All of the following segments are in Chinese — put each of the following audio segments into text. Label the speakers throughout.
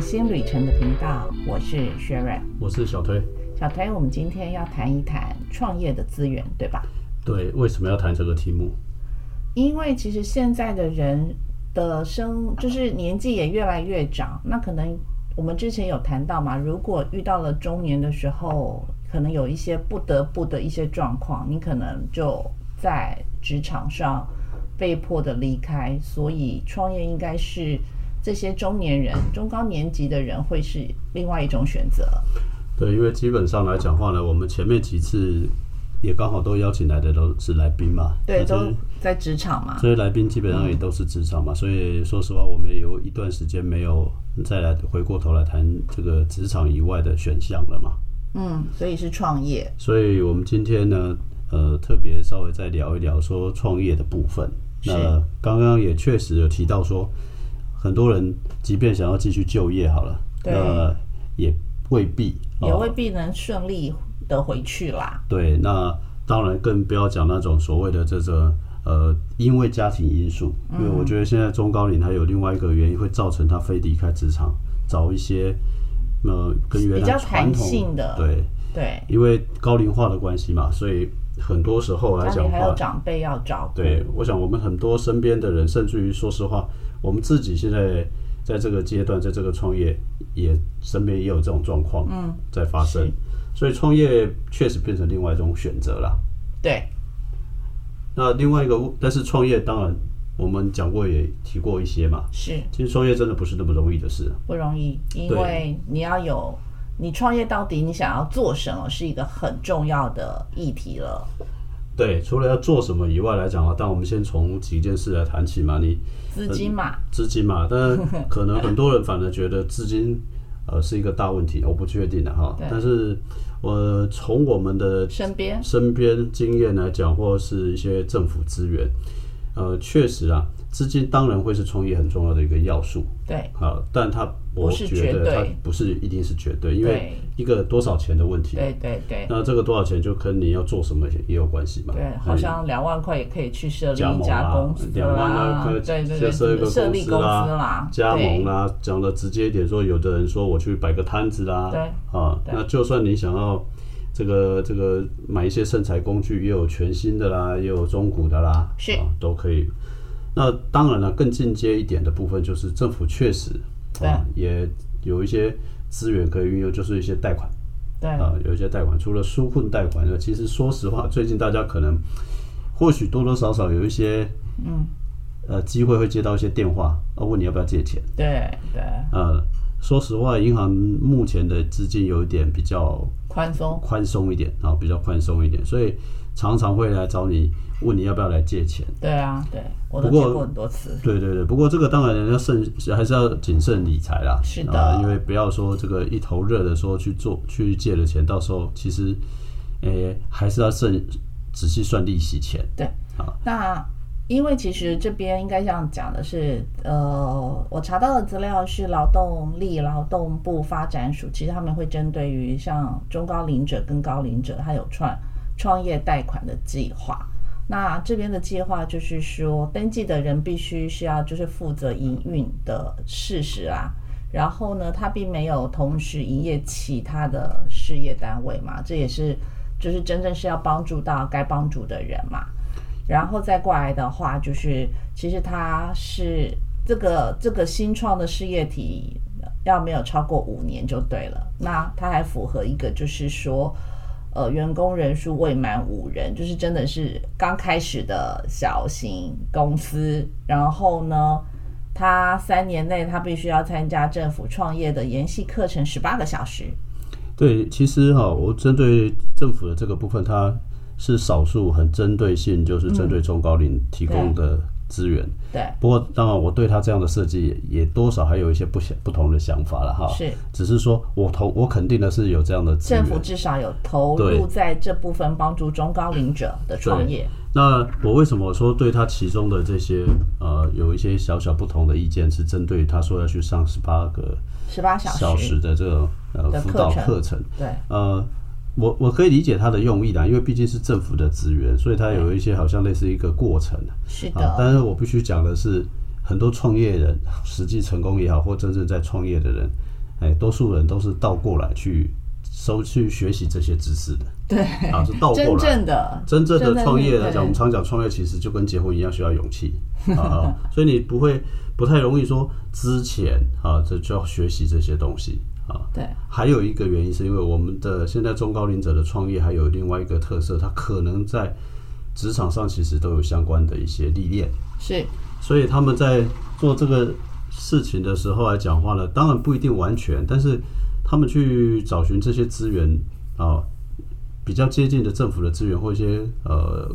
Speaker 1: 新旅程的频道，我是薛瑞。
Speaker 2: 我是小推。
Speaker 1: 小推，我们今天要谈一谈创业的资源，对吧？
Speaker 2: 对，为什么要谈这个题目？
Speaker 1: 因为其实现在的人的生就是年纪也越来越长，那可能我们之前有谈到嘛，如果遇到了中年的时候，可能有一些不得不的一些状况，你可能就在职场上被迫的离开，所以创业应该是这些中年人、中高年级的人会是另外一种选择。
Speaker 2: 对，因为基本上来讲话呢，我们前面几次也刚好都邀请来的都是来宾嘛，
Speaker 1: 对，
Speaker 2: 那这
Speaker 1: 都在职场嘛。
Speaker 2: 这些来宾基本上也都是职场嘛，所以说实话，我们也有一段时间没有再来回过头来谈这个职场以外的选项了嘛。
Speaker 1: 嗯，所以是创业。
Speaker 2: 所以我们今天呢，呃，特别稍微再聊一聊说创业的部分。
Speaker 1: 是
Speaker 2: 那刚刚也确实有提到说，很多人即便想要继续就业好了，
Speaker 1: 对
Speaker 2: 那也未必，
Speaker 1: 也
Speaker 2: 哦
Speaker 1: 未必能顺利的回去啦。
Speaker 2: 对，那当然更不要讲那种所谓的这种呃，因为家庭因素，
Speaker 1: 嗯
Speaker 2: 因为我觉得现在中高龄还有另外一个原因会造成他非离开职场，找一些呃跟原
Speaker 1: 比较
Speaker 2: 来传
Speaker 1: 弹
Speaker 2: 统
Speaker 1: 性的
Speaker 2: 对，
Speaker 1: 对，
Speaker 2: 因为高龄化的关系嘛，所以很多时候来
Speaker 1: 家
Speaker 2: 讲
Speaker 1: 里还有
Speaker 2: 话，
Speaker 1: 长辈要照顾。
Speaker 2: 对，我想我们很多身边的人，甚至于说实话，我们自己现在在这个阶段，在这个创业也身边也有这种状况
Speaker 1: 嗯
Speaker 2: 在发生，
Speaker 1: 是
Speaker 2: 所以创业确实变成另外一种选择啦。
Speaker 1: 对，
Speaker 2: 那另外一个，但是创业当然我们讲过也提过一些嘛。
Speaker 1: 是
Speaker 2: 其实创业真的不是那么容易的事，
Speaker 1: 不容易，因
Speaker 2: 对
Speaker 1: 为你要有你创业到底你想要做什么，是一个很重要的议题了。
Speaker 2: 对，除了要做什么以外来讲啊，但我们先从几件事来谈起嘛。你
Speaker 1: 资金嘛，
Speaker 2: 资金嘛， 但可能很多人反而觉得资金呃是一个大问题，我不确定的哈
Speaker 1: 对。
Speaker 2: 但是我从我们的
Speaker 1: 身边
Speaker 2: 身边经验来讲，或是一些政府资源，呃，确实啊，资金当然会是创业很重要的一个要素。
Speaker 1: 对
Speaker 2: 好，但它我
Speaker 1: 不是
Speaker 2: 觉
Speaker 1: 绝
Speaker 2: 得它
Speaker 1: 对
Speaker 2: 不是一定是绝对，因为
Speaker 1: 对
Speaker 2: 一个多少钱的问题。
Speaker 1: 对对对
Speaker 2: 那这个多少钱就跟你要做什么也有关系嘛。哎
Speaker 1: 对，好像两万块也可以去设立
Speaker 2: 加
Speaker 1: 一
Speaker 2: 盟
Speaker 1: 家
Speaker 2: 啦
Speaker 1: 公司
Speaker 2: 两万
Speaker 1: 啦
Speaker 2: 啊，可以
Speaker 1: 对对
Speaker 2: 设一个
Speaker 1: 对，
Speaker 2: 公
Speaker 1: 设立
Speaker 2: 司
Speaker 1: 公司
Speaker 2: 啦
Speaker 1: 啦，
Speaker 2: 加
Speaker 1: 对
Speaker 2: 盟啊啦、讲的直接一点说，有的人说我去摆个摊子啦，
Speaker 1: 对
Speaker 2: 啊，
Speaker 1: 对
Speaker 2: 那就算你想要这个这个买一些剩材工具，也有全新的啦，也有中古的啦，
Speaker 1: 是
Speaker 2: 啊、都可以。那当然了，更进阶一点的部分就是政府确实啊也有一些资源可以运用，就是一些贷款
Speaker 1: 对
Speaker 2: 啊，有一些贷款，除了纾困贷款呢，其实说实话，最近大家可能或许多多少少有一些
Speaker 1: 嗯
Speaker 2: 呃机会会接到一些电话，啊问你要不要借钱。
Speaker 1: 对对，
Speaker 2: 呃，说实话，银行目前的资金有一点比较
Speaker 1: 宽松
Speaker 2: 宽松一点，啊，比较宽松一点，所以常常会来找你问你要不要来借钱。
Speaker 1: 对啊对，我都
Speaker 2: 不过
Speaker 1: 见过很多次。
Speaker 2: 对对对，不过这个当然要慎，还是要谨慎理财啦。
Speaker 1: 是的
Speaker 2: 啊因为不要说这个一头热的说去做去借了钱，到时候其实，诶、还是要慎仔细算利息钱。
Speaker 1: 那因为其实这边应该这样讲的是，呃，我查到的资料是劳动力劳动部发展署，其实他们会针对于像中高龄者跟高龄者，他有创创业贷款的计划。那这边的计划就是说，登记的人必须是要就是负责营运的事实啊。然后呢，他并没有同时营业其他的事业单位嘛，这也是就是真正是要帮助到该帮助的人嘛。然后再过来的话，就是其实它是这个这个新创的事业体要没有超过五年就对了。那它还符合一个就是说，呃，员工人数未满五人，就是真的是刚开始的小型公司。然后呢，他三年内他必须要参加政府创业的研习课程十八个小时。
Speaker 2: 对，其实哈、我针对政府的这个部分，它是少数很针对性，
Speaker 1: 嗯
Speaker 2: 就是针对中高龄提供的资源。
Speaker 1: 对，
Speaker 2: 不过，当然我对它这样的设计也也多少还有一些不想不同的想法了哈。
Speaker 1: 是
Speaker 2: 只是说我同我肯定的是有这样的资源
Speaker 1: 政。府至少有投入
Speaker 2: 对
Speaker 1: 在这部分帮助中高龄者的创业。
Speaker 2: 那我为什么说对它其中的这些呃有一些小小不同的意见，是针对他说要去上十八个
Speaker 1: 十八小时，
Speaker 2: 小时的这种呃
Speaker 1: 的
Speaker 2: 辅
Speaker 1: 课
Speaker 2: 导
Speaker 1: 程
Speaker 2: 课程。
Speaker 1: 对
Speaker 2: 呃，我我可以理解他的用意啦，因为毕竟是政府的资源，所以它有一些好像类似一个过程
Speaker 1: 是
Speaker 2: 啊。
Speaker 1: 的，
Speaker 2: 但是我必须讲的是，很多创业人实际成功也好，或真正在创业的人，哎，多数人都是倒过来去收去学习这些知识的，
Speaker 1: 对，
Speaker 2: 啊，是倒
Speaker 1: 真
Speaker 2: 过来。
Speaker 1: 正的
Speaker 2: 真正的创业来
Speaker 1: 对
Speaker 2: 讲，我们常讲创业其实就跟结婚一样需要勇气啊， 所以你不会不太容易说之前啊，这就要学习这些东西啊。
Speaker 1: 对，
Speaker 2: 还有一个原因是因为我们的现在中高龄者的创业还有另外一个特色，他可能在职场上其实都有相关的一些历练，
Speaker 1: 是
Speaker 2: 所以他们在做这个事情的时候来讲话呢，当然不一定完全，但是他们去找寻这些资源啊，比较接近的政府的资源或一些呃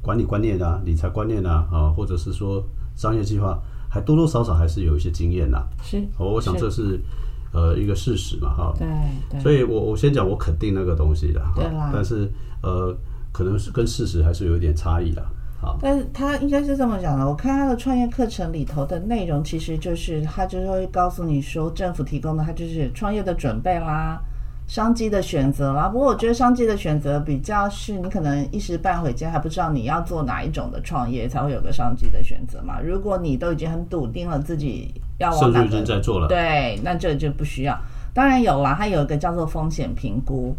Speaker 2: 管理观念啊、理财观念啊啊，或者是说商业计划，还多多少少还是有一些经验呐、
Speaker 1: 是，
Speaker 2: 哦我想
Speaker 1: 是
Speaker 2: 这是呃一个事实嘛哈。
Speaker 1: 对对，
Speaker 2: 所以我我先讲我肯定那个东西的，哈
Speaker 1: 对啦
Speaker 2: 但是呃可能是跟事实还是有一点差异的。好，
Speaker 1: 但是他应该是这么讲的，我看他的创业课程里头的内容，其实就是他就是会告诉你说，政府提供的他就是创业的准备啦，商机的选择啦。不过我觉得商机的选择比较是你可能一时半会间还不知道你要做哪一种的创业，才会有个商机的选择嘛。如果你都已经很笃定了自己要往
Speaker 2: 甚
Speaker 1: 哪
Speaker 2: 至
Speaker 1: 个
Speaker 2: 已经在做了。
Speaker 1: 对，那这就不需要。当然有啦，它有一个叫做风险评估，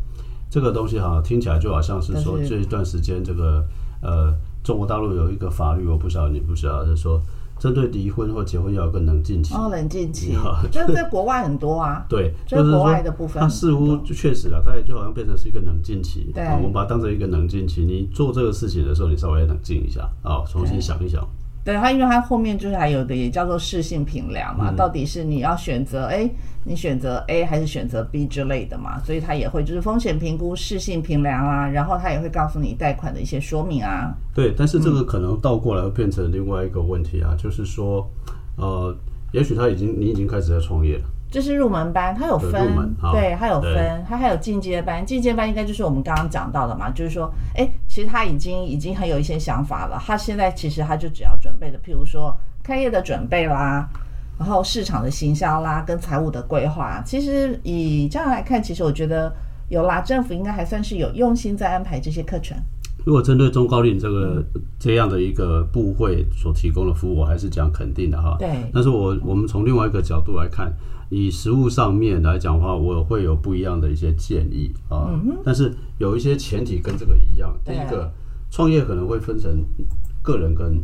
Speaker 2: 这个东西哈，听起来就好像是说
Speaker 1: 但是
Speaker 2: 这一段时间这个呃，中国大陆有一个法律，我不晓得你不晓得，就是说针对离婚或结婚要有个冷静期。
Speaker 1: 哦，冷静 期
Speaker 2: 好，
Speaker 1: 这在国外很多啊。
Speaker 2: 对，
Speaker 1: 这
Speaker 2: 就是
Speaker 1: 国
Speaker 2: 说
Speaker 1: 外的部分
Speaker 2: 它似乎就确实了，它也就好像变成是一个冷静期。
Speaker 1: 对
Speaker 2: 啊我们把它当成一个冷静期。你做这个事情的时候，你稍微冷静一下啊，重新想一想。
Speaker 1: 对它，因为它后面就是还有一个也叫做适性评量嘛，到底是你要选择哎，你选择 A 还是选择 B 之类的嘛，所以它也会就是风险评估、适性评量啊，然后它也会告诉你贷款的一些说明啊，
Speaker 2: 对，但是这个可能倒过来会变成另外一个问题啊，就是说，呃，也许他已经你已经开始在创业了。
Speaker 1: 这是入门班，它有分
Speaker 2: 对入门，好
Speaker 1: 对，它有
Speaker 2: 对
Speaker 1: 分，它还有进阶班。进阶班应该就是我们刚刚讲到的嘛，就是说，哎，其实他已经已经很有一些想法了，他现在其实他就只要准备的，譬如说开业的准备啦，然后市场的行销啦，跟财务的规划。其实以这样来看，其实我觉得有啦，政府应该还算是有用心在安排这些课程。
Speaker 2: 如果针对中高龄这个这样的一个部会所提供的服务，我还是讲肯定的哈。
Speaker 1: 对
Speaker 2: 但是我我们从另外一个角度来看，以实物上面来讲的话，我会有不一样的一些建议啊。但是有一些前提跟这个一样，第
Speaker 1: 对
Speaker 2: 一个创业可能会分成个人跟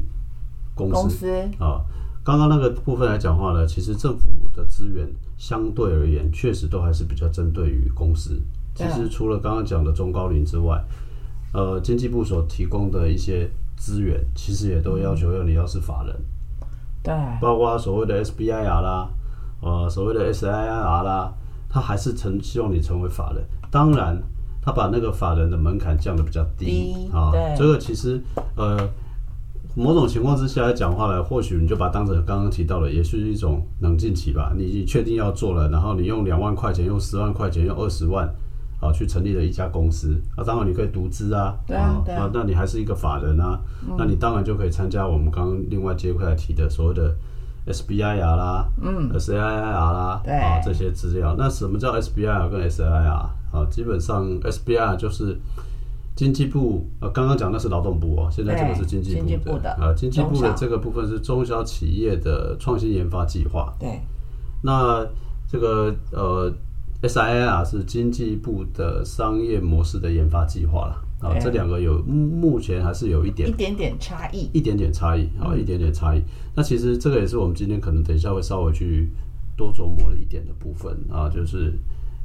Speaker 2: 公司
Speaker 1: 公司
Speaker 2: 啊。刚刚那个部分来讲话呢，其实政府的资源相对而言，确实都还是比较针对于公司。其
Speaker 1: 对啊
Speaker 2: 实除了刚刚讲的中高龄之外，呃，经济部所提供的一些资源，其实也都要求要你要是法人，
Speaker 1: 对
Speaker 2: 包括所谓的 SBIR 啦，呃，所谓的 SIR 啦，他还是成希望你成为法人。当然，他把那个法人的门槛降得比较低
Speaker 1: 低
Speaker 2: 啊
Speaker 1: 对，
Speaker 2: 这个其实呃。某种情况之下来讲话呢，或许你就把它当成刚刚提到的，也是一种冷静期吧。你你确定要做了，然后你用两万块钱、用十万块钱、用二十万，啊，去成立了一家公司啊。当然你可以独资啊，
Speaker 1: 对啊对啊
Speaker 2: 那你还是一个法人啊，
Speaker 1: 嗯
Speaker 2: 那你当然就可以参加我们刚刚另外接过来提的所谓的 SBIR 啦，嗯，SIR 啦，
Speaker 1: 对
Speaker 2: 啊这些资料。那什么叫 SBIR 跟 SIR 啊？基本上 SBIR 就是经济部呃，刚刚讲那是劳动部哦，现在这个是
Speaker 1: 对
Speaker 2: 经济部
Speaker 1: 经济部的
Speaker 2: 啊，经济部
Speaker 1: 中
Speaker 2: 的
Speaker 1: 小
Speaker 2: 这个部分是中小企业的创新研发计划。
Speaker 1: 对
Speaker 2: 那这个呃，SIR 是经济部的商业模式的研发计划了啊，
Speaker 1: 对
Speaker 2: 这两个有目前还是有一点
Speaker 1: 一点点差异。
Speaker 2: 一点点差异啊，一点点差异。那其实这个也是我们今天可能等一下会稍微去多琢磨了一点的部分啊，就是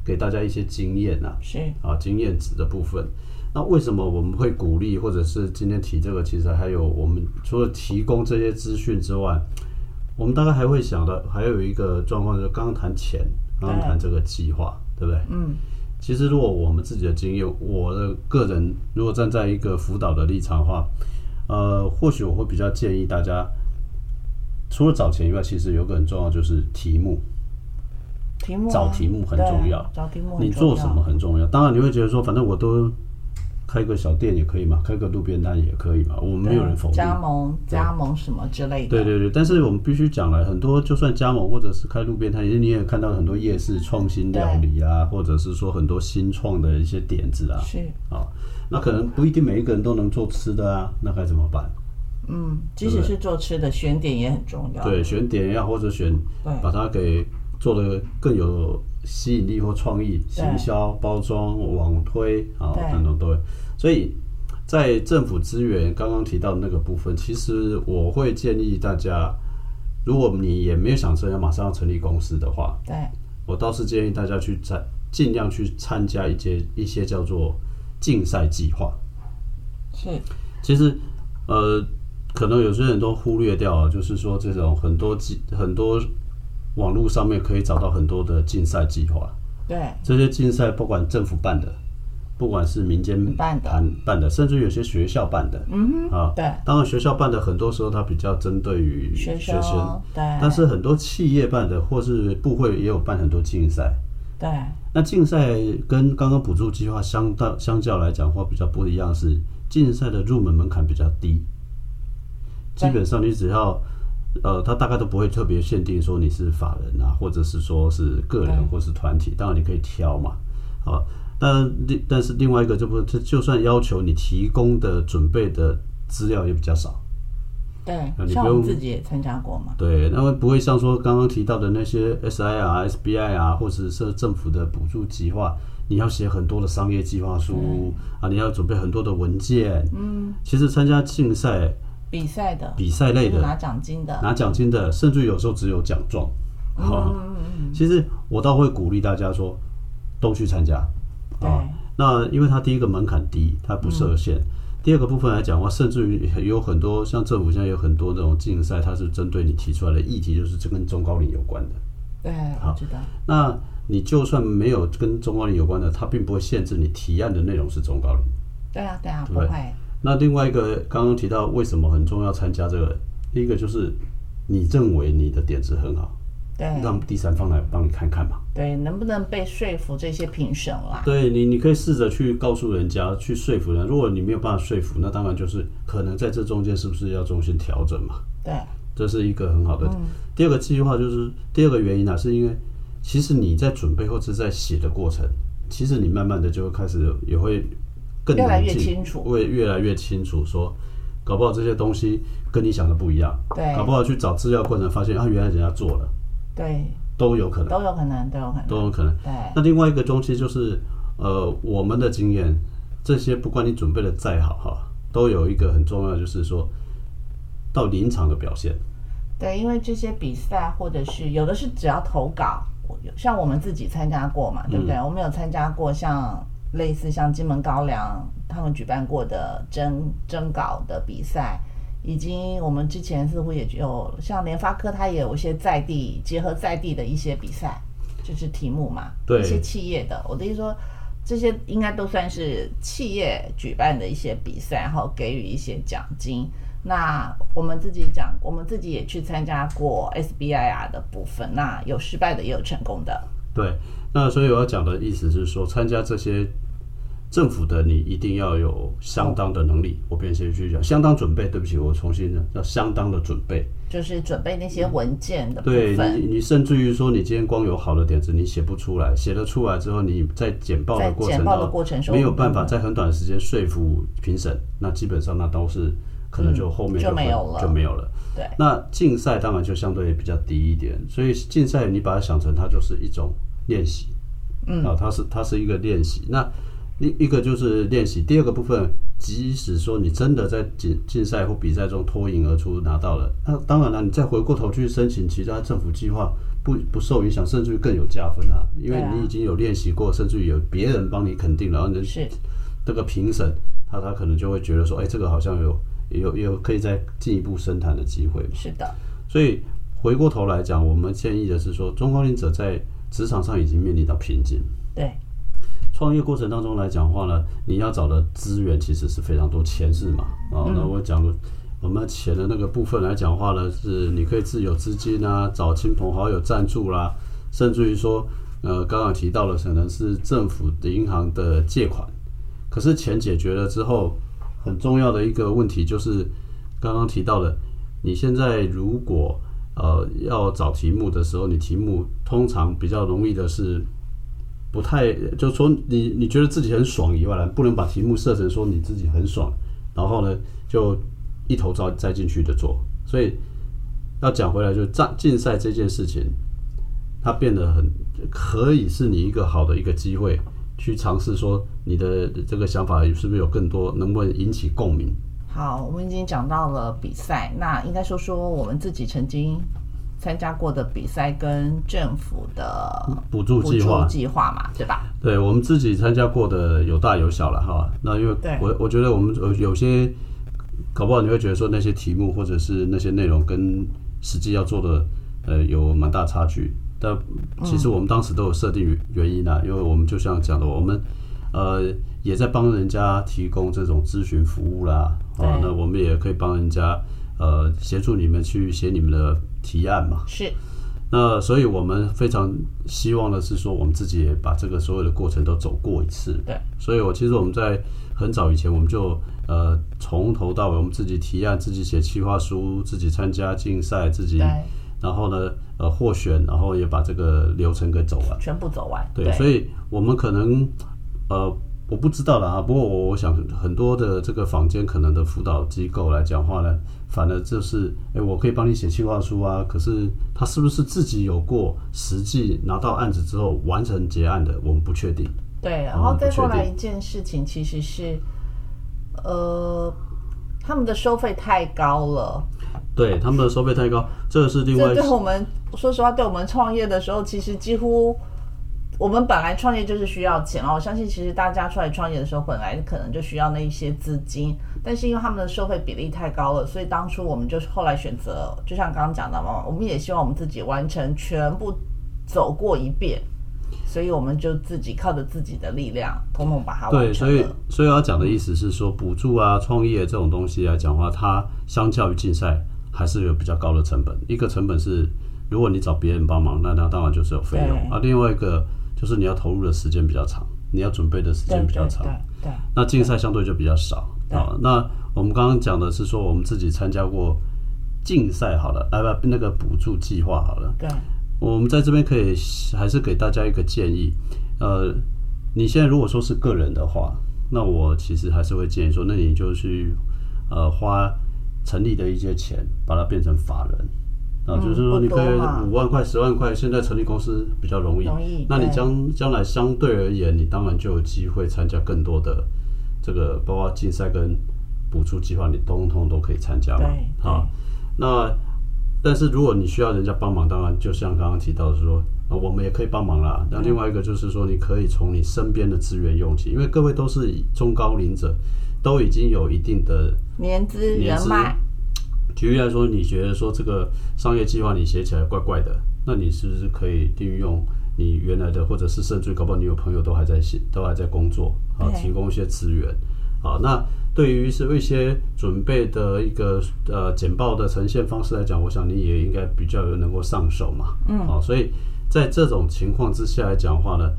Speaker 2: 给大家一些经验啊，
Speaker 1: 是
Speaker 2: 啊经验值的部分。那为什么我们会鼓励，或者是今天提这个？其实还有我们除了提供这些资讯之外，我们大概还会想到还有一个状况，就是刚刚谈钱，刚刚谈这个计划，对不对？
Speaker 1: 嗯，
Speaker 2: 其实如果我们自己的经验，我的个人如果站在一个辅导的立场的话，呃，或许我会比较建议大家，除了找钱以外，其实有个很重要就是题目。
Speaker 1: 题目啊
Speaker 2: 找题目很重要
Speaker 1: 对找题目很
Speaker 2: 你做
Speaker 1: 重
Speaker 2: 什
Speaker 1: 要
Speaker 2: 么很重要。当然你会觉得说，反正我都开个小店也可以嘛，开个路边摊也可以嘛，我们没有人否定。
Speaker 1: 加盟、加盟什么之类的。
Speaker 2: 对对对，但是我们必须讲了，很多就算加盟或者是开路边摊，也你也看到很多夜市创新料理啊，或者是说很多新创的一些点子啊，
Speaker 1: 是，
Speaker 2: 啊，那可能不一定每一个人都能做吃的啊，那该怎么办？
Speaker 1: 嗯，即使是做吃的，选点也很重要。
Speaker 2: 对，选点呀，或者选
Speaker 1: 对
Speaker 2: 把它给做的更有吸引力或创意，行销、包装、网推啊
Speaker 1: 对
Speaker 2: 等等都会。所以在政府资源刚刚提到的那个部分，其实我会建议大家，如果你也没有想说要马上要成立公司的话，
Speaker 1: 对，
Speaker 2: 我倒是建议大家去参尽量去参加一些一些叫做竞赛计划。
Speaker 1: 是，
Speaker 2: 其实，呃，可能有些人都忽略掉了，啊就是说这种很多计很多网络上面可以找到很多的竞赛计划，
Speaker 1: 对，
Speaker 2: 这些竞赛不管政府办的，不管是民间
Speaker 1: 办的
Speaker 2: 办办的，甚至有些学校办的，
Speaker 1: 嗯哼，
Speaker 2: 啊，
Speaker 1: 对，
Speaker 2: 当然学校办的很多时候它比较针对于
Speaker 1: 学
Speaker 2: 生，
Speaker 1: 生，对，
Speaker 2: 但是很多企业办的或是部会也有办很多竞赛。
Speaker 1: 对，
Speaker 2: 那竞赛跟刚刚补助计划相当相较来讲的话，比较不一样是竞赛的入门门槛比较低，
Speaker 1: 对
Speaker 2: 基本上你只要呃，他大概都不会特别限定说你是法人啊，或者是说是个人
Speaker 1: 对
Speaker 2: 或是团体，当然你可以挑嘛，啊，但另但是另外一个就不，他就算要求你提供的准备的资料也比较少。那
Speaker 1: 对，
Speaker 2: 啊你
Speaker 1: 像
Speaker 2: 不
Speaker 1: 我们
Speaker 2: 用
Speaker 1: 自己也参加过嘛，
Speaker 2: 对，那么不会像说刚刚提到的那些 SIR、SBI 啊，或者是政府的补助计划，你要写很多的商业计划书、啊，你要准备很多的文件。嗯，其实参加竞赛、
Speaker 1: 比赛的，
Speaker 2: 比赛类
Speaker 1: 就是
Speaker 2: 的、
Speaker 1: 拿奖金的，
Speaker 2: 拿奖金的，甚至有时候只有奖状。啊其实我倒会鼓励大家说，都去参加
Speaker 1: 对
Speaker 2: 啊。那因为它第一个门槛低，它不设限。第二个部分来讲的话，甚至于有很多像政府现在有很多那种竞赛，它是针对你提出来的议题，就是这跟中高龄有关的。
Speaker 1: 对，
Speaker 2: 好
Speaker 1: 我知道，
Speaker 2: 那你就算没有跟中高龄有关的，它并不会限制你提案的内容是中高龄。
Speaker 1: 对啊，对啊，
Speaker 2: 对
Speaker 1: 不会，
Speaker 2: 那另外一个刚刚提到为什么很重要参加这个，第一个就是你认为你的点子很好，
Speaker 1: 对，
Speaker 2: 让第三方来帮你看看嘛。
Speaker 1: 对，能不能被说服这些评审啦？
Speaker 2: 对你，你可以试着去告诉人家，去说服人。如果你没有办法说服，那当然就是可能在这中间是不是要中间调整嘛？
Speaker 1: 对，
Speaker 2: 这是一个很好的。第二个计划就是第二个原因呢、是因为其实你在准备或者在写的过程，其实你慢慢的就会开始也会更
Speaker 1: 越来
Speaker 2: 冷
Speaker 1: 越
Speaker 2: 静
Speaker 1: 清楚
Speaker 2: 会越来越清楚说，搞不好这些东西跟你想的不一样，
Speaker 1: 对
Speaker 2: 搞不好去找资料过程发现啊，原来人家做了，
Speaker 1: 对，
Speaker 2: 都有可能，
Speaker 1: 都有可能，都有可能，
Speaker 2: 都有可能。
Speaker 1: 对，
Speaker 2: 那另外一个东西就是，呃，我们的经验，这些不管你准备的再好哈，都有一个很重要的就是说，到临场的表现。
Speaker 1: 对，因为这些比赛或者是有的是只要投稿，我有像我们自己参加过嘛，对不对？我们有参加过像类似像金门高粱他们举办过的征征稿的比赛。以及我们之前似乎也有像联发科，它也有一些在地结合在地的一些比赛，就是题目嘛，
Speaker 2: 对
Speaker 1: 一些企业的。我的意思说，这些应该都算是企业举办的一些比赛，然后给予一些奖金。那我们自己讲，我们自己也去参加过 SBIR 的部分，那有失败的，也有成功的。
Speaker 2: 对，那所以我要讲的意思是说，参加这些政府的，你一定要有相当的能力。我便先去讲相当准备，对不起，我重新的要相当的准备。
Speaker 1: 就是准备那些文件的部
Speaker 2: 对
Speaker 1: 分，
Speaker 2: 你，你甚至于说，你今天光有好的点子，你写不出来，写了出来之后，你在简报
Speaker 1: 在
Speaker 2: 的过
Speaker 1: 简
Speaker 2: 程
Speaker 1: 报的
Speaker 2: 当
Speaker 1: 过程中嗯
Speaker 2: 没有办法在很短的时间说服评审，那基本上那都是可能就后面
Speaker 1: 嗯就
Speaker 2: 会
Speaker 1: 没有了
Speaker 2: 就没有了。
Speaker 1: 对，
Speaker 2: 那竞赛当然就相对比较低一点，所以竞赛你把它想成它就是一种练习，嗯，啊，它是它是一个练习。那另一个就是练习，第二个部分，即使说你真的在竞竞赛或比赛中脱颖而出拿到了，那当然了，你再回过头去申请其他政府计划，不不受影响，甚至于更有加分啊，因为
Speaker 1: 对啊
Speaker 2: 你已经有练习过，甚至于有别人帮你肯定了，然后你的
Speaker 1: 是
Speaker 2: 这个评审，他他可能就会觉得说，哎、这个好像有有有可以再进一步深谈的机会嘛。
Speaker 1: 是的，
Speaker 2: 所以回过头来讲，我们建议的是说，中高龄者在职场上已经面临到瓶颈。
Speaker 1: 对
Speaker 2: 创业过程当中来讲的话呢，你要找的资源其实是非常多，钱是嘛？啊、那我讲了，我们钱的那个部分来讲的话呢，是你可以自有资金啊，找亲朋好友赞助啦、甚至于说，呃，刚刚提到了可能是政府的银行的借款，可是钱解决了之后，很重要的一个问题就是刚刚提到的，你现在如果呃要找题目的时候，你题目通常比较容易的是不太，就说你你觉得自己很爽以外呢，不能把题目设成说你自己很爽，然后呢就一头栽栽进去的做。所以要讲回来，就战竞赛这件事情，它变得很可以是你一个好的一个机会，去尝试说你的这个想法是不是有更多，能不能引起共鸣？
Speaker 1: 好，我们已经讲到了比赛，那应该说说我们自己曾经参加过的比赛跟政府的
Speaker 2: 补助计划
Speaker 1: 补助计划嘛，对吧？
Speaker 2: 对我们自己参加过的有大有小了哈。那因为
Speaker 1: 对
Speaker 2: 我我觉得我们有有些搞不好你会觉得说那些题目或者是那些内容跟实际要做的呃有蛮大差距，但其实我们当时都有设定原因啊，因为我们就像讲的，我们呃也在帮人家提供这种咨询服务啦，啊
Speaker 1: 对，
Speaker 2: 那我们也可以帮人家呃协助你们去写你们的提案嘛，
Speaker 1: 是，
Speaker 2: 那所以我们非常希望的是说，我们自己也把这个所有的过程都走过一次。
Speaker 1: 对，
Speaker 2: 所以我其实我们在很早以前，我们就呃从头到尾，我们自己提案、自己写企划书、自己参加竞赛、自己
Speaker 1: 对，
Speaker 2: 然后呢呃获选，然后也把这个流程给走完。
Speaker 1: 全部走完，
Speaker 2: 对，所以我们可能呃我不知道了啊，不过我我想很多的这个坊间可能的辅导机构来讲话呢，反而就是哎，我可以帮你写计划书啊，可是他是不是自己有过实际拿到案子之后完成结案的，我们不确定。
Speaker 1: 对，然
Speaker 2: 嗯
Speaker 1: 后再
Speaker 2: 不确
Speaker 1: 后来
Speaker 2: 定
Speaker 1: 一件事情其实是，呃，他们的收费太高了，
Speaker 2: 对，他们的收费太高，这是另外
Speaker 1: 这
Speaker 2: 一
Speaker 1: 对我们说实话，对我们创业的时候，其实几乎我们本来创业就是需要钱啊。我相信其实大家出来创业的时候，本来可能就需要那一些资金，但是因为他们的收费比例太高了，所以当初我们就是后来选择，就像刚刚讲的嘛，我们也希望我们自己完成全部走过一遍。所以我们就自己靠着自己的力量，统统把它完
Speaker 2: 对，
Speaker 1: 成
Speaker 2: 所以
Speaker 1: 了。
Speaker 2: 所以要讲的意思是说，补助啊、创业这种东西来讲的话，它相较于竞赛还是有比较高的成本。一个成本是，如果你找别人帮忙，那那当然就是有费用
Speaker 1: 对
Speaker 2: 啊。另外一个就是你要投入的时间比较长，你要准备的时
Speaker 1: 对
Speaker 2: 间比较
Speaker 1: 对
Speaker 2: 长
Speaker 1: 对。对，
Speaker 2: 那竞赛相对就比较少
Speaker 1: 对
Speaker 2: 啊。那我们刚刚讲的是说，我们自己参加过竞赛好了，啊不，那个补助计划好了。
Speaker 1: 对，
Speaker 2: 我们在这边可以还是给大家一个建议，呃，你现在如果说是个人的话，那我其实还是会建议说，那你就去呃花成立的一些钱，把它变成法人。啊，
Speaker 1: 嗯
Speaker 2: 就是说你可
Speaker 1: 不
Speaker 2: 以
Speaker 1: 多嘛
Speaker 2: 五万块、十万块，现在成立公司比较容易。
Speaker 1: 容易
Speaker 2: 那你
Speaker 1: 对
Speaker 2: 将将来相对而言，你当然就有机会参加更多的这个，包括竞赛跟补助计划，你通通都可以参加嘛
Speaker 1: 对。对
Speaker 2: 啊，那但是如果你需要人家帮忙，当然就像刚刚提到的说，啊，我们也可以帮忙啦。那另外一个就是说，你可以从你身边的资源用起，因为各位都是中高龄者，都已经有一定的
Speaker 1: 年资
Speaker 2: 年
Speaker 1: 人
Speaker 2: 资
Speaker 1: 脉，
Speaker 2: 举例来说，你觉得说这个商业计划你写起来怪怪的，那你是不是可以利用你原来的，或者是甚至搞不好你有朋友都还在写，都还在工作，啊，
Speaker 1: 对
Speaker 2: 提供一些资源，啊，那对于是一些准备的一个呃简报的呈现方式来讲，我想你也应该比较有能够上手嘛，嗯，啊，所以在这种情况之下来讲的话呢，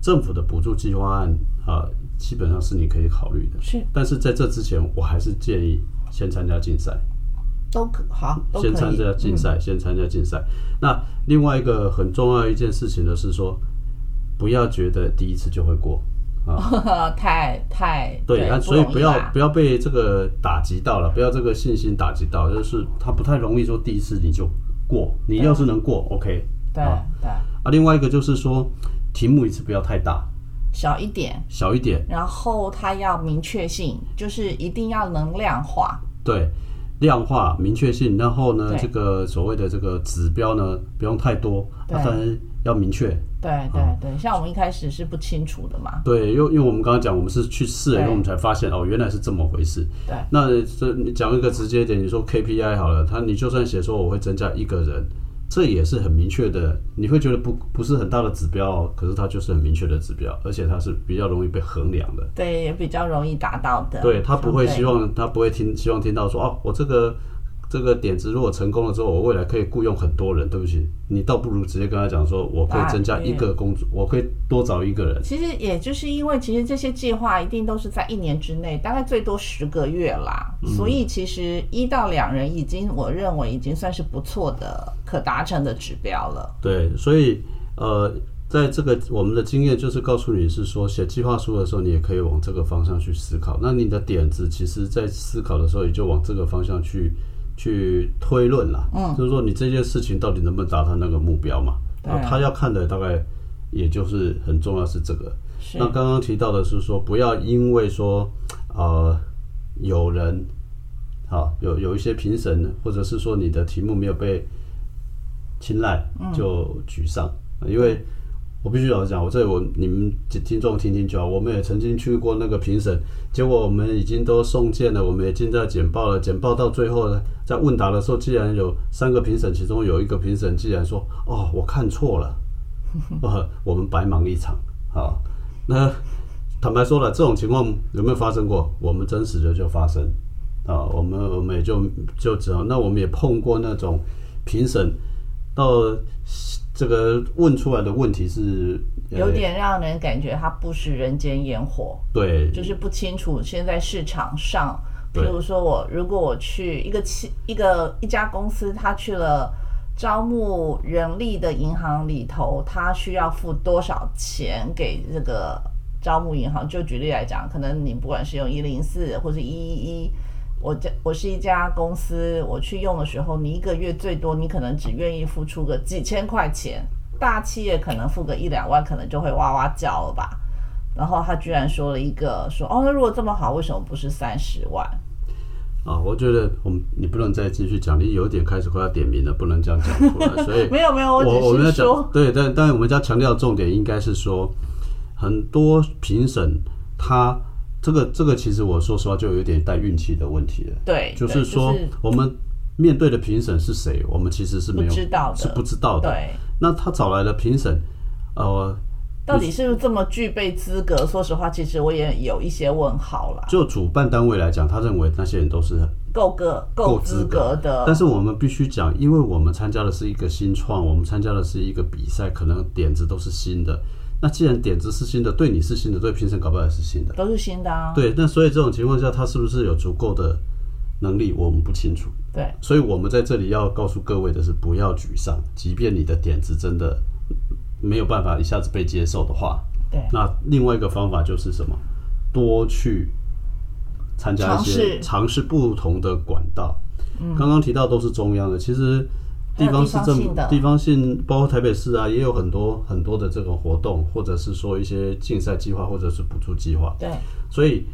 Speaker 2: 政府的补助计划案啊，基本上是你可以考虑的，
Speaker 1: 是
Speaker 2: 但是在这之前，我还是建议先参加竞赛。
Speaker 1: 都可好，都可以嗯
Speaker 2: 先参加竞赛，先参加竞赛。那另外一个很重要一件事情呢是说，不要觉得第一次就会过。
Speaker 1: 太太
Speaker 2: 啊对，啊，所以不
Speaker 1: 容易
Speaker 2: 要
Speaker 1: 啦
Speaker 2: 不要被这个打击到了，不要这个信心打击到，就是它不太容易说第一次你就过。你要是能过，OK
Speaker 1: 对
Speaker 2: 啊
Speaker 1: 对
Speaker 2: 啊。另外一个就是说，题目一次不要太大，
Speaker 1: 小一点，
Speaker 2: 小一点。
Speaker 1: 然后它要明确性，就是一定要能量化，
Speaker 2: 对，量化明确性，然后呢，
Speaker 1: 对
Speaker 2: 这个所谓的这个指标呢，不用太多，
Speaker 1: 对
Speaker 2: 啊、当然要明确。
Speaker 1: 对
Speaker 2: 嗯
Speaker 1: 对对，像我们一开始是不清楚的嘛，
Speaker 2: 对，因为因为我们刚刚讲，我们是去试了以后，
Speaker 1: 对
Speaker 2: 我们才发现哦，原来是这么回事。
Speaker 1: 对
Speaker 2: 那这你讲一个直接一点，你说 KPI 好了，他你就算写说我会增加一个人，这也是很明确的，你会觉得不不是很大的指标、哦，可是它就是很明确的指标，而且它是比较容易被衡量的。
Speaker 1: 对，也比较容易达到的，
Speaker 2: 对他不会
Speaker 1: 相对
Speaker 2: 希望他不会听希望听到说哦，我这个这个点子如果成功了之后，我未来可以雇佣很多人。对不起，你倒不如直接跟他讲说，我可以
Speaker 1: 啊
Speaker 2: 增加一个工作，我可以多找一个人。
Speaker 1: 其实也就是因为，其实这些计划一定都是在一年之内，大概最多十个月啦。
Speaker 2: 嗯
Speaker 1: 所以其实一到两人已经，我认为已经算是不错的可达成的指标了。
Speaker 2: 对，所以呃，在这个我们的经验就是告诉你是说，写计划书的时候，你也可以往这个方向去思考。那你的点子，其实在思考的时候，也就往这个方向去去推论啦。嗯，就是说你这件事情到底能不能达到那个目标嘛？
Speaker 1: 对
Speaker 2: 啊，他要看的大概也就是很重要是这个。
Speaker 1: 是
Speaker 2: 那刚刚提到的是说，不要因为说呃有人啊有有一些评审，或者是说你的题目没有被青睐就沮丧，啊因为。我必须老实讲，我这里我你们听听众听听就好。我们也曾经去过那个评审，结果我们已经都送件了，我们已经在简报了，简报到最后呢，在问答的时候，既然有三个评审，其中有一个评审既然说：“哦，我看错了。”呃，我们白忙一场。好，那坦白说了，这种情况有没有发生过？我们真实的就发生啊，我们我们也就就只好，那我们也碰过那种评审到这个问出来的问题是呃
Speaker 1: 有点让人感觉它不食人间烟火，
Speaker 2: 对，
Speaker 1: 就是不清楚现在市场上，比
Speaker 2: 对
Speaker 1: 如说我如果我去一个企一个一家公司，他去了招募人力的银行里头，他需要付多少钱给这个招募银行？就举例来讲，可能你不管是用一零四或是一一一。我这我是一家公司，我去用的时候，你一个月最多你可能只愿意付出个几千块钱，大企业可能付个一两万，可能就会哇哇叫了吧。然后他居然说了一个说哦，那如果这么好，为什么不是三十万？
Speaker 2: 啊，我觉得我们你不能再继续讲，你有点开始快要点名了，不能这样讲出来，所 以
Speaker 1: 没有没有，
Speaker 2: 我
Speaker 1: 只
Speaker 2: 们要
Speaker 1: 是
Speaker 2: 讲
Speaker 1: 说，
Speaker 2: 对，但但我们要强调的重点应该是说，很多评审他这个这个其实我说实话就有点带运气的问题了，
Speaker 1: 对，
Speaker 2: 就
Speaker 1: 对
Speaker 2: 是说
Speaker 1: 就是
Speaker 2: 我们面对的评审是谁，我们其实是没有
Speaker 1: 不知道的
Speaker 2: 是不知道的。
Speaker 1: 对，
Speaker 2: 那他找来的评审，呃，
Speaker 1: 到底是不是这么具备资格？说实话，其实我也有一些问号啦。
Speaker 2: 就主办单位来讲，他认为那些人都是
Speaker 1: 够格
Speaker 2: 够
Speaker 1: 资
Speaker 2: 资
Speaker 1: 格的，
Speaker 2: 但是我们必须讲，因为我们参加的是一个新创，我们参加的是一个比赛，可能点子都是新的。那既然点子是新的，对你是新的，对评审搞不好也是新的。
Speaker 1: 都是新的啊。
Speaker 2: 对，那所以这种情况下，他是不是有足够的能力，我们不清楚。
Speaker 1: 对
Speaker 2: 所以我们在这里要告诉各位的是，不要沮丧，即便你的点子真的没有办法一下子被接受的话，
Speaker 1: 对
Speaker 2: 那另外一个方法就是什么？多去参加一
Speaker 1: 尝试
Speaker 2: 些
Speaker 1: 嗯
Speaker 2: 尝试不同的管道。刚刚提到都是中央的，其实地方市政
Speaker 1: 还有地方性
Speaker 2: 府
Speaker 1: 的、
Speaker 2: 地方性，包括台北市啊，也有很多很多的这种活动，或者是说一些竞赛计划，或者是补助计划。
Speaker 1: 对
Speaker 2: 所以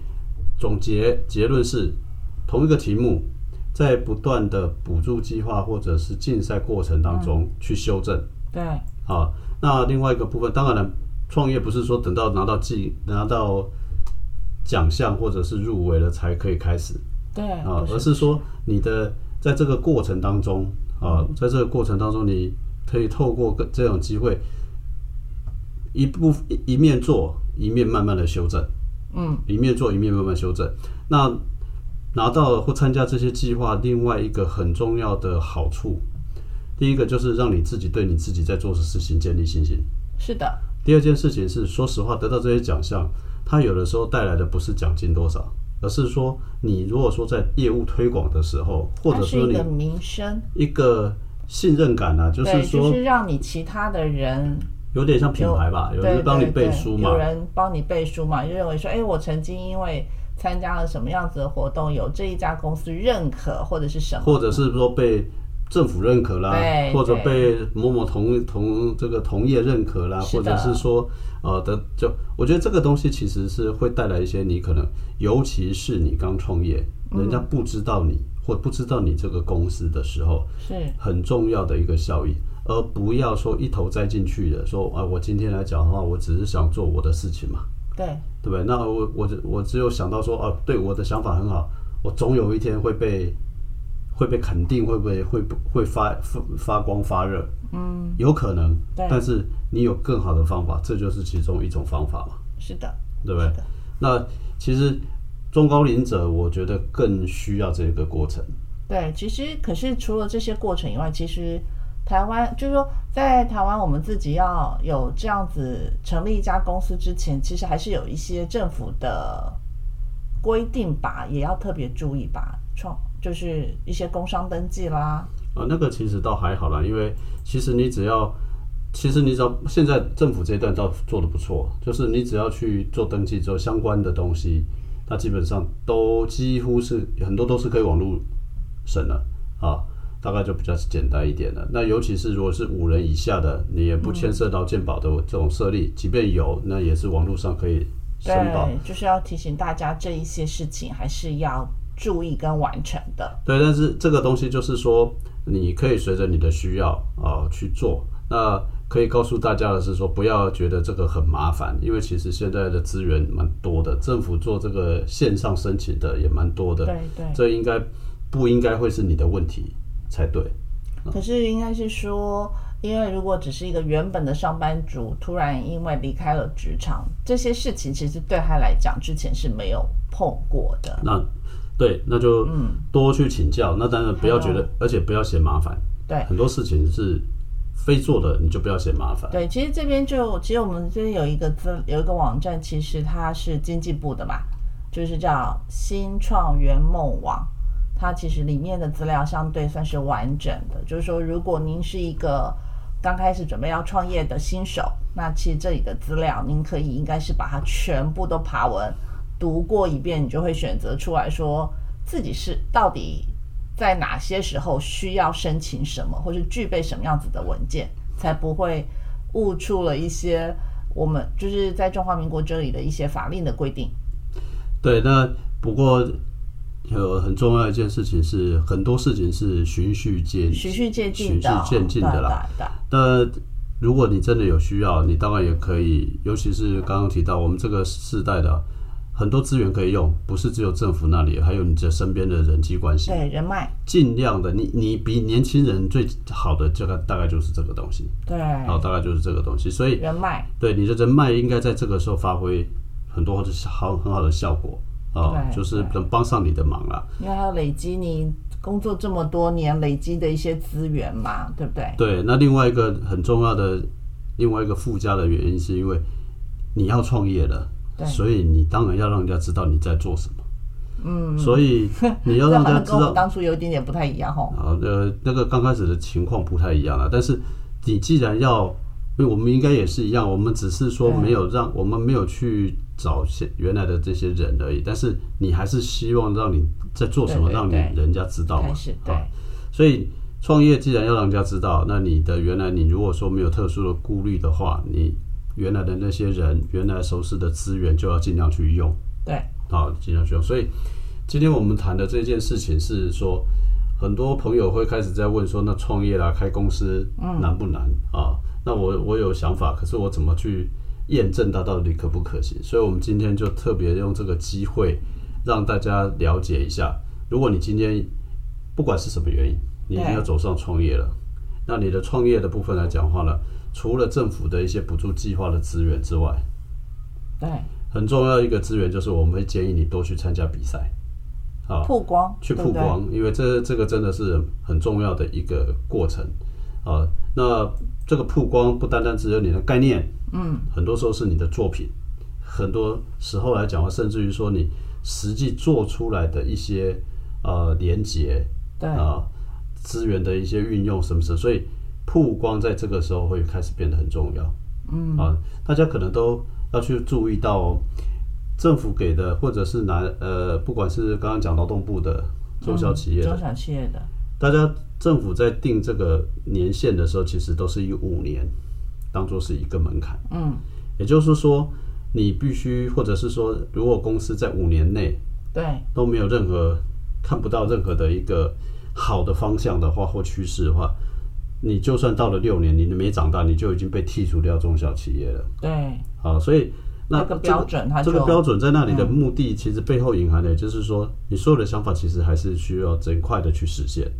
Speaker 2: 总结结论是，同一个题目，在不断的补助计划或者是竞赛过程当中去修正。
Speaker 1: 对
Speaker 2: 好，那另外一个部分，当然了，创业不是说等到拿到技拿到奖项或者是入围了才可以开始
Speaker 1: 对
Speaker 2: 啊，
Speaker 1: 不
Speaker 2: 而是说你的在这个过程当中
Speaker 1: 嗯
Speaker 2: 啊，在这个过程当中，你可以透过各这种机会，一部一一面做，一面慢慢的修正。
Speaker 1: 嗯，
Speaker 2: 一面做一面慢慢修正。那拿到或参加这些计划，另外一个很重要的好处，第一个就是让你自己对你自己在做的事情建立信心。
Speaker 1: 是的，
Speaker 2: 第二件事情是，说实话，得到这些奖项，它有的时候带来的不是奖金多少，而是说你如果说在业务推广的时候，或
Speaker 1: 它
Speaker 2: 者
Speaker 1: 是
Speaker 2: 说
Speaker 1: 一
Speaker 2: 你
Speaker 1: 个名声，
Speaker 2: 一个信任感啊，就
Speaker 1: 对
Speaker 2: 是说
Speaker 1: 就是让你其他的人
Speaker 2: 有点像品牌啊吧，有
Speaker 1: 对
Speaker 2: 人帮你
Speaker 1: 对
Speaker 2: 背
Speaker 1: 对
Speaker 2: 书嘛
Speaker 1: 有，人帮你背书嘛，就认为说，哎，我曾经因为参加了什么样子的活动，有这一家公司认可或者是什么，
Speaker 2: 或者是说被政府认可啦
Speaker 1: 对，
Speaker 2: 或者被某某同同这个同业认可啦，
Speaker 1: 是
Speaker 2: 或
Speaker 1: 的
Speaker 2: 者是说呃的，就我觉得这个东西其实是会带来一些你可能，尤其是你刚创业，
Speaker 1: 嗯
Speaker 2: 人家不知道你或不知道你这个公司的时候，
Speaker 1: 是
Speaker 2: 很重要的一个效益。而不要说一头栽进去的，说啊，我今天来讲的话，我只是想做我的事情嘛，
Speaker 1: 对
Speaker 2: 对不对？那我我只我只有想到说，啊，对我的想法很好，我总有一天会被会被肯定，会不会会会发发发光发热？嗯，有可能，
Speaker 1: 对
Speaker 2: 但是你有更好的方法，这就是其中一种方法嘛，
Speaker 1: 是的，
Speaker 2: 对不对
Speaker 1: 是的？
Speaker 2: 那其实中高龄者，我觉得更需要这个过程。
Speaker 1: 对，其实可是除了这些过程以外，其实台湾就是说，在台湾我们自己要有这样子成立一家公司之前，其实还是有一些政府的规定吧，也要特别注意吧，创就是一些工商登记啦，
Speaker 2: 啊，那个其实倒还好啦，因为其实你只要，其实你只要现在政府这一段倒做的不错，就是你只要去做登记之后，相关的东西，它基本上都几乎是很多都是可以网络审了啊。大概就比较简单一点了。那尤其是如果是五人以下的，你也不牵涉到健保的这种设立，即便有，那也是网络上可以申报。
Speaker 1: 对，就是要提醒大家这一些事情还是要注意跟完成的。
Speaker 2: 对，但是这个东西就是说，你可以随着你的需要啊、呃去做。那可以告诉大家的是说，不要觉得这个很麻烦，因为其实现在的资源蛮多的，政府做这个线上申请的也蛮多的，
Speaker 1: 对对。
Speaker 2: 这应该不应该会是你的问题才对？
Speaker 1: 可是应该是说，因为如果只是一个原本的上班族，突然因为离开了职场，这些事情其实对他来讲之前是没有碰过的。
Speaker 2: 那对，那就多去请教。那当然不要觉得，而且不要嫌麻烦。
Speaker 1: 嗯对
Speaker 2: 很多事情是非做的，你就不要嫌麻烦。
Speaker 1: 对，其实这边就其实我们这边有一个资有一个网站，其实它是经济部的嘛，就是叫新创圆梦网。它其实里面的资料相对算是完整的，就是说，如果您是一个刚开始准备要创业的新手，那其实这里的资料您可以应该是把它全部都爬文读过一遍，你就会选择出来说自己是到底在哪些时候需要申请什么，或是具备什么样子的文件，才不会误触了一些我们就是在中华民国这里的一些法令的规定。
Speaker 2: 对，那不过有很重要的一件事情是，很多事情是循序渐
Speaker 1: 循序渐进
Speaker 2: 循序
Speaker 1: 的，
Speaker 2: 渐进的啦。
Speaker 1: 对。对对
Speaker 2: 那如果你真的有需要，你当然也可以，尤其是刚刚提到我们这个世代的很多资源可以用，不是只有政府那里，还有你这身边的人际关系，
Speaker 1: 对人脉，
Speaker 2: 尽量的，你你比年轻人最好的这个大概就是这个东西，
Speaker 1: 对
Speaker 2: 好，大概就是这个东西，所以
Speaker 1: 人脉，
Speaker 2: 对你的人脉应该在这个时候发挥很多好很好的效果啊、
Speaker 1: 对
Speaker 2: 就是能帮上你的忙啦。
Speaker 1: 因为还有累积你工作这么多年累积的一些资源嘛，对不对？
Speaker 2: 对，那另外一个很重要的另外一个附加的原因，是因为你要创业了，
Speaker 1: 对
Speaker 2: 所以你当然要让人家知道你在做什么。嗯，所以你要
Speaker 1: 这
Speaker 2: 让
Speaker 1: 好像
Speaker 2: 人家知
Speaker 1: 跟我
Speaker 2: 道
Speaker 1: 们当初有一点点不太一样吼。
Speaker 2: 啊，呃，那个刚开始的情况不太一样了，啊但是你既然要，因为我们应该也是一样，我们只是说
Speaker 1: 对
Speaker 2: 没有让我们没有去找现原来的这些人而已，但是你还是希望让你在做什
Speaker 1: 对
Speaker 2: 么，
Speaker 1: 对
Speaker 2: 让你
Speaker 1: 对
Speaker 2: 人家知道嘛
Speaker 1: 开始，对
Speaker 2: 啊，所以创业既然要让人家知道，那你的原来你如果说没有特殊的顾虑的话，你原来的那些人原来熟识的资源就要尽量去用。
Speaker 1: 对
Speaker 2: 啊，尽量去用。所以今天我们谈的这件事情是说，很多朋友会开始在问说，那创业啦、开公司难不难、啊？那我我有想法，可是我怎么去验证它到底可不可行？所以我们今天就特别用这个机会，让大家了解一下，如果你今天不管是什么原因，你已经
Speaker 1: 对
Speaker 2: 要走上创业了，那你的创业的部分来讲话呢，除了政府的一些补助计划的资源之外，
Speaker 1: 对，
Speaker 2: 很重要一个资源就是我们会建议你多去参加比赛，啊，
Speaker 1: 曝光，
Speaker 2: 去
Speaker 1: 对
Speaker 2: 曝
Speaker 1: 不对
Speaker 2: 光，因为这这个真的是很重要的一个过程啊。那这个曝光不单单只有你的概念，嗯，很多时候是你的作品，很多时候来讲话，甚至于说你实际做出来的一些呃连接
Speaker 1: 对嗯
Speaker 2: 啊资源的一些运用什么什么，所以曝光在这个时候会开始变得很重要。嗯啊，大家可能都要去注意到、哦。政府给的，或者是拿呃，不管是刚刚讲劳动部的中小企业的，
Speaker 1: 中小企业的，
Speaker 2: 大家政府在定这个年限的时候，其实都是以五年当做是一个门槛。
Speaker 1: 嗯，
Speaker 2: 也就是说，你必须，或者是说，如果公司在五年内
Speaker 1: 对
Speaker 2: 都没有任何看不到任何的一个好的方向的话或趋势的话，你就算到了六年，你没长大，你就已经被剔除掉中小企业了。
Speaker 1: 对，
Speaker 2: 好，所以那
Speaker 1: 那个
Speaker 2: 这
Speaker 1: 标准它
Speaker 2: 这
Speaker 1: 就嗯
Speaker 2: 个标准在那里的目的，其实背后隐含的，也就是说，你所有的想法其实还是需要尽快的去实现。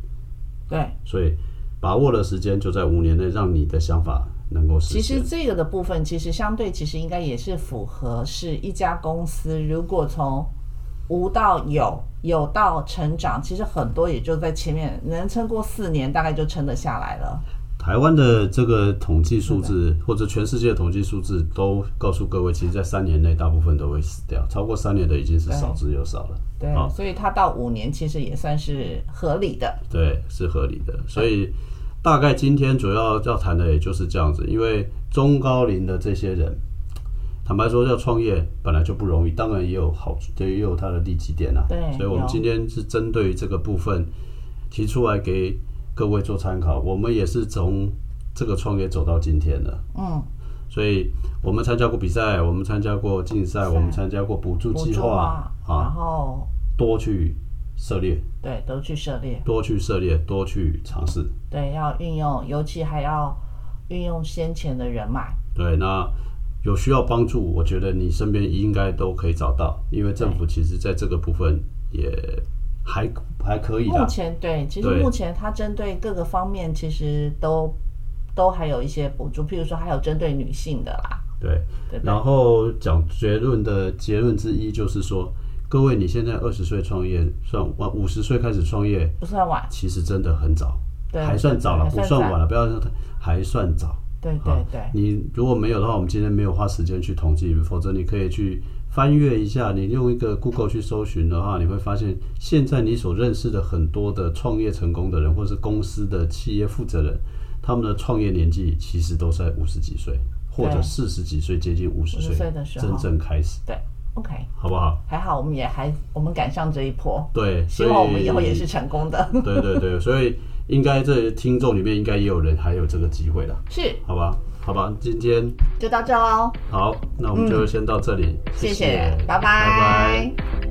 Speaker 1: 对。
Speaker 2: 所以把握了时间，就在五年内让你的想法能够实
Speaker 1: 其
Speaker 2: 现
Speaker 1: 实。这个的部分，其实相对其实应该也是符合，是一家公司如果从无到有，有到成长，其实很多也就在前面能撑过四年，大概就撑得下来了。
Speaker 2: 台湾的这个统计数字，或者全世界的统计数字，都告诉各位，其实，在三年内大部分都会死掉，超过三年的已经是少之又少了。
Speaker 1: 对，
Speaker 2: 好
Speaker 1: 所以它到五年其实也算是合理的。
Speaker 2: 对，是合理的。所以大概今天主要要谈的也就是这样子，因为中高龄的这些人，坦白说要创业本来就不容易，当然也有好处，也有它的利基点啊。
Speaker 1: 对
Speaker 2: 所以我们
Speaker 1: 有
Speaker 2: 今天是针对这个部分提出来给各位做参考。我们也是从这个创业走到今天的，
Speaker 1: 嗯，
Speaker 2: 所以我们参加过比赛，我们参加过竞赛，
Speaker 1: 是
Speaker 2: 我们参加过补助
Speaker 1: 补
Speaker 2: 计
Speaker 1: 助
Speaker 2: 划
Speaker 1: 啊，然
Speaker 2: 啊，
Speaker 1: 后
Speaker 2: 多去涉猎，
Speaker 1: 对都去涉猎，
Speaker 2: 多去涉猎，多去尝试。
Speaker 1: 对，要运用，尤其还要运用先前的人脉，
Speaker 2: 对，那有需要帮助，我觉得你身边应该都可以找到，因为政府其实在这个部分也还还可以
Speaker 1: 目
Speaker 2: 啦。
Speaker 1: 前对，其实
Speaker 2: 对
Speaker 1: 目前它针对各个方面其实都都还有一些补助，譬如说还有针对女性的啦，
Speaker 2: 对，
Speaker 1: 对不对？
Speaker 2: 然后讲结论的结论之一就是说，各位你现在二十岁创业，算哇五十岁开始创业，
Speaker 1: 不算晚，
Speaker 2: 其实真的很早，
Speaker 1: 对，
Speaker 2: 还算早了，
Speaker 1: 还
Speaker 2: 不
Speaker 1: 算
Speaker 2: 算
Speaker 1: 早
Speaker 2: 晚，了，不要说还算早。
Speaker 1: 对
Speaker 2: 啊
Speaker 1: 对对，
Speaker 2: 你如果没有的话，我们今天没有花时间去统计，否则你可以去翻阅一下。你用一个 Google 去搜寻的话，你会发现现在你所认识的很多的创业成功的人，或是公司的企业负责人，他们的创业年纪其实都在五十几岁，或者
Speaker 1: 对
Speaker 2: 四十几岁，接近五十
Speaker 1: 50岁的时候
Speaker 2: 真正开始，
Speaker 1: 对，OK，
Speaker 2: 好不好？
Speaker 1: 还好我们也还我们赶上这一波，
Speaker 2: 对，
Speaker 1: 希
Speaker 2: 所以
Speaker 1: 望我们以后也是。成功的，
Speaker 2: 对对对， 所以应该这听众里面应该也有人还有这个机会的，
Speaker 1: 是，
Speaker 2: 好吧？好吧，今天
Speaker 1: 就到这喽。
Speaker 2: 好，那我们就先到这里，
Speaker 1: 嗯谢
Speaker 2: 谢
Speaker 1: 谢，拜
Speaker 2: 拜拜
Speaker 1: 拜